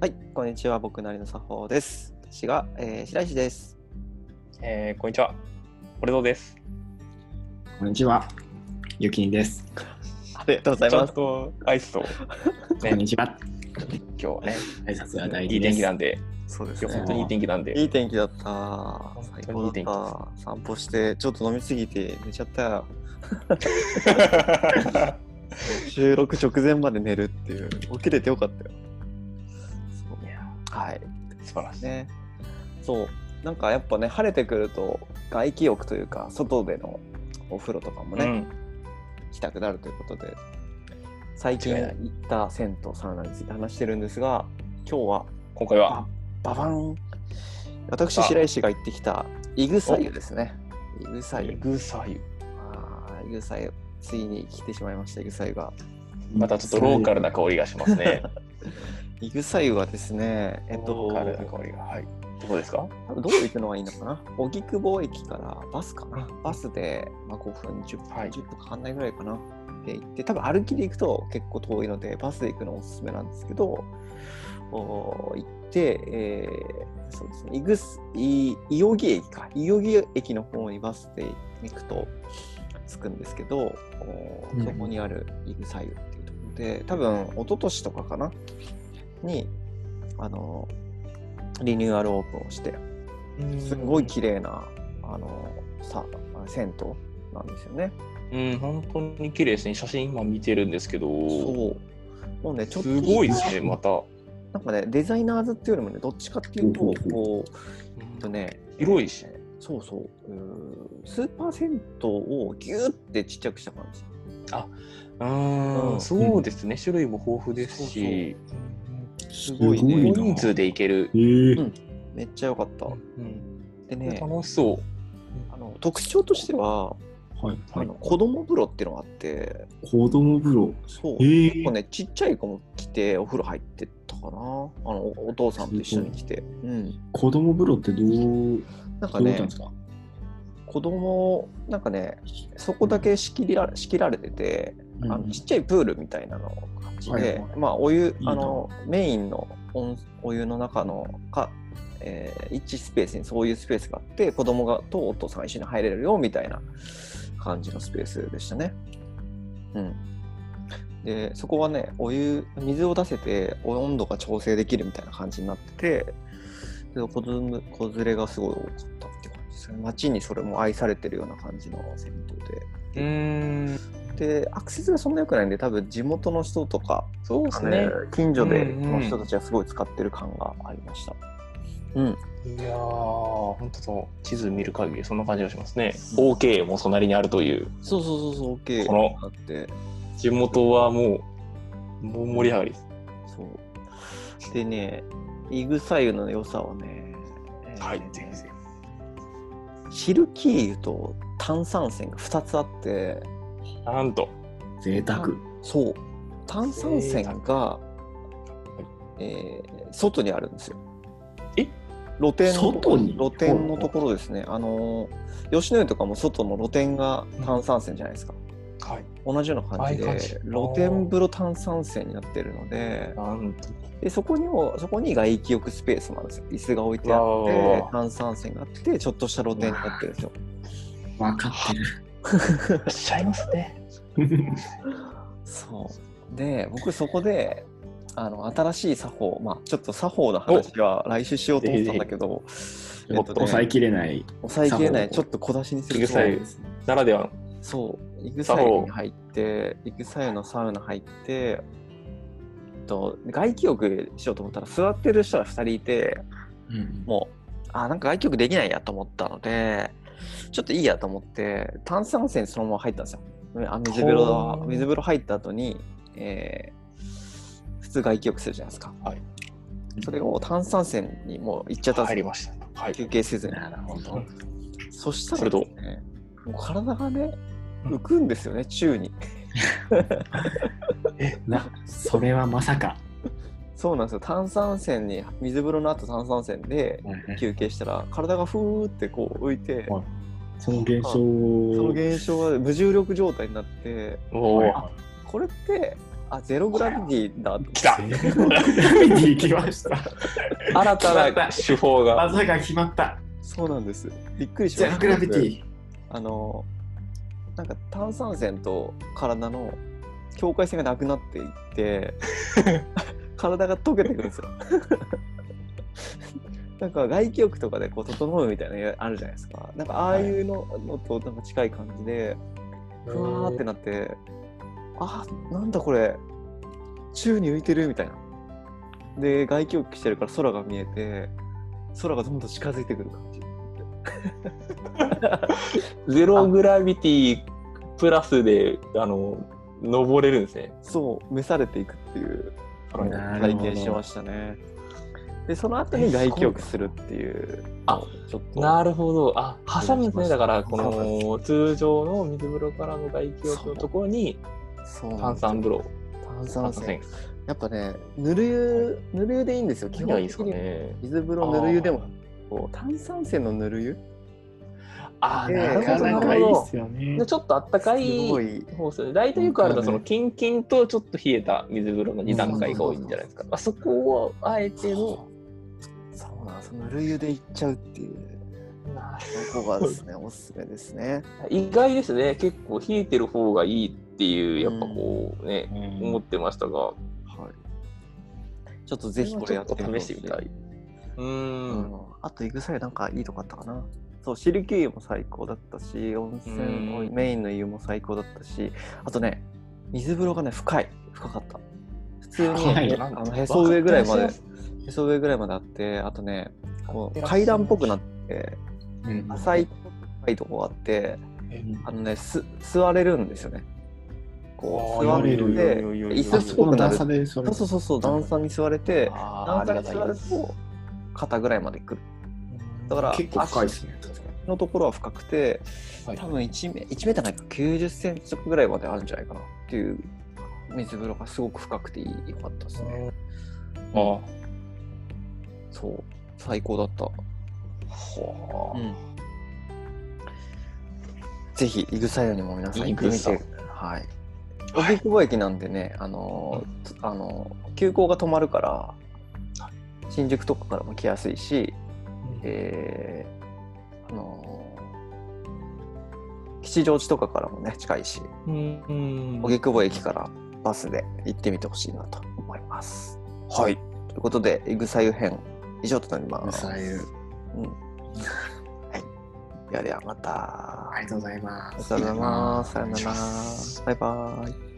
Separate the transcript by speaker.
Speaker 1: はい、こんにちは。僕なりの作法です。私が、えー白石です。
Speaker 2: えー、こんにちは。俺どうです。
Speaker 3: こんにちは。ゆきにです。
Speaker 1: ありがとうござい
Speaker 2: ちゃ
Speaker 1: ま
Speaker 2: ん
Speaker 1: す。
Speaker 2: と挨拶を
Speaker 3: こんにちは。
Speaker 2: 今日はね、
Speaker 3: 挨拶は大
Speaker 2: い
Speaker 3: 事
Speaker 2: い
Speaker 3: で
Speaker 2: 天
Speaker 3: す。
Speaker 2: 気なんで、
Speaker 1: そうです
Speaker 2: 今日本当にいい天気なんで、
Speaker 1: いい天気だった。
Speaker 2: 当
Speaker 1: 最
Speaker 2: に
Speaker 1: 高だった。散歩して、ちょっと飲みすぎて寝ちゃったよ。収録直前まで寝るっていう。起きれてよかったよ。そう
Speaker 2: いや
Speaker 1: はい。
Speaker 2: 素晴らしい。
Speaker 1: ね。そう。なんかやっぱね、晴れてくると、外気浴というか、外でのお風呂とかもね、したくなるということで最近
Speaker 2: 間違い
Speaker 1: 行
Speaker 2: ない
Speaker 1: った銭湯サウナについて話してるんですが今日は
Speaker 2: うん、今回は、
Speaker 1: ババン私
Speaker 2: あ
Speaker 1: 白石が行ってきたイグサ湯ですねイグサ湯
Speaker 2: グサユ。
Speaker 1: あーイグサ湯ついに来てしまいましたイグサ湯が
Speaker 2: またちょっとローカルな香りがしますね。
Speaker 1: イグサ湯はですねえっ
Speaker 2: ロ
Speaker 1: と
Speaker 2: ーカルな香りが。はい。どこですか
Speaker 1: どう行くのがいいのかな荻窪駅からバスかなバスで、まあ、5分10分、
Speaker 2: はい
Speaker 1: 10分かかんないぐらいかなで行って多分歩きで行くと結構遠いのでバスで行くのおすすめなんですけどおー行って、えーそうですねいぐすい伊予木駅か伊予木駅の方にバスで行くと着くんですけどおー
Speaker 3: うん
Speaker 1: そこにあるイグサ湯っていうところで多分一昨年とかかなにあのリニューアルオープンをしてすごい綺麗なあのさ銭湯なんですよね。
Speaker 2: うん、本当に綺麗ですね。写真今見てるんですけど、
Speaker 1: そう。もうねちょっと
Speaker 2: すごいですね、また。
Speaker 1: なんかねデザイナーズっていうよりもねどっちかっていうと
Speaker 3: ほうほう
Speaker 1: こうえっとね
Speaker 2: 広いしね。
Speaker 1: そうそううースーパー銭湯をギューってちっちゃくした感じ。
Speaker 2: う
Speaker 1: うん
Speaker 2: ん、そうですね。種類も豊富ですし、
Speaker 3: す
Speaker 1: ごいね
Speaker 2: 大
Speaker 1: うん
Speaker 2: 人数
Speaker 3: で。
Speaker 2: でいける
Speaker 3: え。ー
Speaker 1: うんめっちゃ良かった。
Speaker 2: うん
Speaker 1: でね
Speaker 2: 楽しそう。
Speaker 1: あの特徴としては、
Speaker 3: はいは
Speaker 1: あ
Speaker 3: い
Speaker 1: の。子供風呂っていうのがあって
Speaker 3: 子供風呂。
Speaker 1: そう。
Speaker 3: え
Speaker 1: 結
Speaker 3: ー
Speaker 1: 構ね、ちっちゃい子も来てお風呂入ってったかなあのおお父さんと一緒に来て、うん、
Speaker 3: 子供風呂ってどう
Speaker 1: なんか
Speaker 3: どうな
Speaker 1: ね
Speaker 3: んですか？
Speaker 1: 子供なんかねそこだけ仕切りら仕切られてて、あのちっちゃいプールみたいなの感じで、
Speaker 3: はいはい
Speaker 1: まあお湯
Speaker 3: な
Speaker 1: あのメインの温お湯の中のか、えー、一スペースにそういうスペースがあって子供がとお父さんが一緒に入れるよみたいな感じのスペースでしたね。うんでそこはねお湯水を出せて温度が調整できるみたいな感じになっててで子連れ子連れがすごい多かったって感じですね街にそれも愛されてるような感じの銭湯で
Speaker 2: うん。
Speaker 1: でアクセスがそんな良くないんで多分地元の人とか、
Speaker 2: そうですね。
Speaker 1: 近所で
Speaker 2: うんう
Speaker 1: の
Speaker 2: ん
Speaker 1: 人たちはすごい使ってる感がありました、うん
Speaker 2: いやー、本当そう。地図見る限りそんな感じがしますね。OK も隣にあるという、
Speaker 1: そうそうそうそう OK
Speaker 2: こ
Speaker 1: あ
Speaker 2: の
Speaker 1: って
Speaker 2: 地元はもう、もう盛り上がりです。
Speaker 1: そうでねイグサ湯の良さはね、えー
Speaker 2: ぜひぜ
Speaker 1: シルキー湯と炭酸泉が2つあって
Speaker 2: ひ。なんと、
Speaker 3: 贅沢。
Speaker 1: そう炭酸泉が、えー外にあるんですよ
Speaker 2: え
Speaker 1: 露天の
Speaker 3: 外に
Speaker 1: 露天のところですねあのー吉野家とかも外の露天が炭酸泉じゃないですか、
Speaker 2: はい。
Speaker 1: 同じような感じで
Speaker 2: ああいう感じ
Speaker 1: 露天風呂炭酸泉になってるので
Speaker 2: なんと、
Speaker 1: でそこにもそこに外気浴スペースもあるんですよ椅子が置いてあっ
Speaker 2: わ
Speaker 1: て
Speaker 2: あ
Speaker 1: 炭酸泉があってちょっとした露天になってるんですよ
Speaker 3: 分かってる。
Speaker 2: いらっしゃいますね。
Speaker 1: そうで僕そこであの新しい作法まあちょっと作法の話は来週しようと思ってたんだけど
Speaker 3: もっと抑えきれない。
Speaker 1: 抑えきれないちょ
Speaker 3: 作
Speaker 1: っと小出しにする
Speaker 2: イグサイならでは
Speaker 1: そうイグサイルに入ってイグサイルのサウナ入ってえっと外気浴しようと思ったら座ってる人が2人いて
Speaker 3: うん
Speaker 1: もうあなんか外気浴できないやと思ったのでちょっといいやと思って炭酸泉そのまま入ったんですよあ水風呂だ
Speaker 2: ほう
Speaker 1: 水風呂入った後に、えー普通外気浴するじゃないですかそれを炭酸泉にもう行っちゃったん
Speaker 2: 入
Speaker 1: で
Speaker 2: り
Speaker 1: すよ
Speaker 2: ました。はい。
Speaker 1: 休憩せずに
Speaker 3: なるほど。
Speaker 1: そした
Speaker 2: そ
Speaker 1: ら
Speaker 2: れ
Speaker 1: で
Speaker 2: ど
Speaker 1: すねもう体がね浮くんですよね宙に
Speaker 3: な、それはまさか。
Speaker 1: そうなんですよ炭酸泉に水風呂の後炭酸泉で休憩したら体がふーってこう浮いて
Speaker 3: はいその現象
Speaker 1: その
Speaker 3: を。
Speaker 1: 現象が無重力状態になって
Speaker 2: おお、
Speaker 1: これってあ、ゼログラビティだと。
Speaker 2: 来た
Speaker 3: ゼログラビティ来ました。
Speaker 1: 新た
Speaker 2: ま
Speaker 1: な、
Speaker 2: た手法が。
Speaker 3: 技が決まった。
Speaker 1: そうなんです。びっくりし
Speaker 3: ゼ
Speaker 1: まし
Speaker 3: ロ
Speaker 1: た。
Speaker 3: グラビティ。
Speaker 1: あの、なんか炭酸泉と体の境界線がなくなっていって、 体が溶けてくるんですよ。 なんか外気浴とかでこう整うみたいなのあるじゃないですか。なんかああいうののとなんか近い感じで、ふわーってなって、あなんだこれ、宙に浮いてるみたいな。で、外気浴してるから空が見えて、空がどんどん近づいてくる感じ。
Speaker 2: ゼログラビティプラスで、あの、登れるんですね。
Speaker 1: そう、召されていくっていう。
Speaker 2: 空に
Speaker 3: なる
Speaker 1: 体
Speaker 3: ほど
Speaker 1: 験しましたね。で、その後に外記憶するっていう、
Speaker 2: あ
Speaker 1: ちょっと。
Speaker 2: なるほど。あ、挟むんですね。だから、こ
Speaker 1: そうなん
Speaker 2: の通常の水風呂からの外気浴のところに
Speaker 1: そう
Speaker 2: 炭酸風呂。
Speaker 1: 炭酸
Speaker 2: 炭
Speaker 1: 泉
Speaker 2: 酸泉。
Speaker 1: やっぱね、ぬる湯、ぬる湯でいいんですよ。基
Speaker 2: 何が
Speaker 1: 本
Speaker 2: いいです
Speaker 1: 的
Speaker 2: か
Speaker 1: に、
Speaker 2: ね。
Speaker 1: 水風呂、ぬる湯でも、こう炭酸泉のぬる湯
Speaker 2: あー、
Speaker 1: えー
Speaker 2: なるほど。
Speaker 1: な
Speaker 2: な
Speaker 1: かなか
Speaker 2: る
Speaker 1: いい
Speaker 2: ほ
Speaker 3: よね
Speaker 2: ど。ちょっとあったか
Speaker 1: す
Speaker 2: い
Speaker 1: ごい。
Speaker 2: そうですね。大体よくあるのは、
Speaker 3: うん
Speaker 2: そのキンキンとちょっと冷えた水風呂の2段階が多いんじゃないですか。あそこをあえての。
Speaker 1: そうなんです。ぬる湯で行っちゃうっていう。
Speaker 2: な
Speaker 1: そこがですね、おすすめですね。
Speaker 2: 意外ですね。結構冷えてる方がいいっていう、やっぱこうね、思ってましたが、
Speaker 1: はい。ちょっとぜひこれやって
Speaker 2: ちょっと試してみた
Speaker 1: い。
Speaker 2: い。う。
Speaker 1: うんあと行く際なんかいいとこあったかなそうシルキー湯も最高だったし温
Speaker 2: う
Speaker 1: 泉
Speaker 2: ん
Speaker 1: メインの湯も最高だったしあとね水風呂がね深い深かった普通に、
Speaker 3: 深い
Speaker 1: あのへそ上ぐらいまでへそ上ぐらいまであってあとねこう階段っぽくなって
Speaker 3: うん
Speaker 1: 浅い深いとこがあって
Speaker 3: うん
Speaker 1: あのねす座れるんですよねこう
Speaker 3: あ
Speaker 1: 座
Speaker 3: ー
Speaker 1: れ
Speaker 3: よい
Speaker 1: て
Speaker 2: よいよいよいよ
Speaker 1: 椅子
Speaker 3: あ
Speaker 1: っ
Speaker 3: そこ
Speaker 1: ぽ
Speaker 3: の
Speaker 1: くな
Speaker 3: 段
Speaker 1: る
Speaker 3: 差
Speaker 1: そう
Speaker 3: でそれ。
Speaker 1: そうそうそう段差に座れて
Speaker 2: あーあ
Speaker 1: 段
Speaker 2: り
Speaker 1: 差
Speaker 2: が
Speaker 1: に
Speaker 2: たい
Speaker 1: 座ると肩ぐらいまで来るだから
Speaker 3: 結構深いですね。
Speaker 1: のところは深くて
Speaker 3: はい
Speaker 1: 多分1メ ,1 メーターないか90センチとかぐらいまであるんじゃないかなっていう水風呂がすごく深くていい良かったですね。
Speaker 2: あー
Speaker 1: そう最高だった。
Speaker 2: は
Speaker 1: う
Speaker 2: あ
Speaker 1: ん、ぜひイグサイオにも皆さん行ってみて。はい。荻窪駅なんでね、あのーつあのー急行が止まるから新宿とかからも来やすいし、えーあのー吉祥寺とかからもね近いし。
Speaker 2: うん
Speaker 1: 荻窪駅からバスで行ってみてほしいなと思います。
Speaker 2: はい。
Speaker 1: ということで、イグサユ編、以上となり
Speaker 3: う
Speaker 1: ます。
Speaker 3: さゆ。
Speaker 1: うんはい、ではではまた。
Speaker 3: ありがとうございます。
Speaker 1: ありがとうございます。さよなら。バイバイ。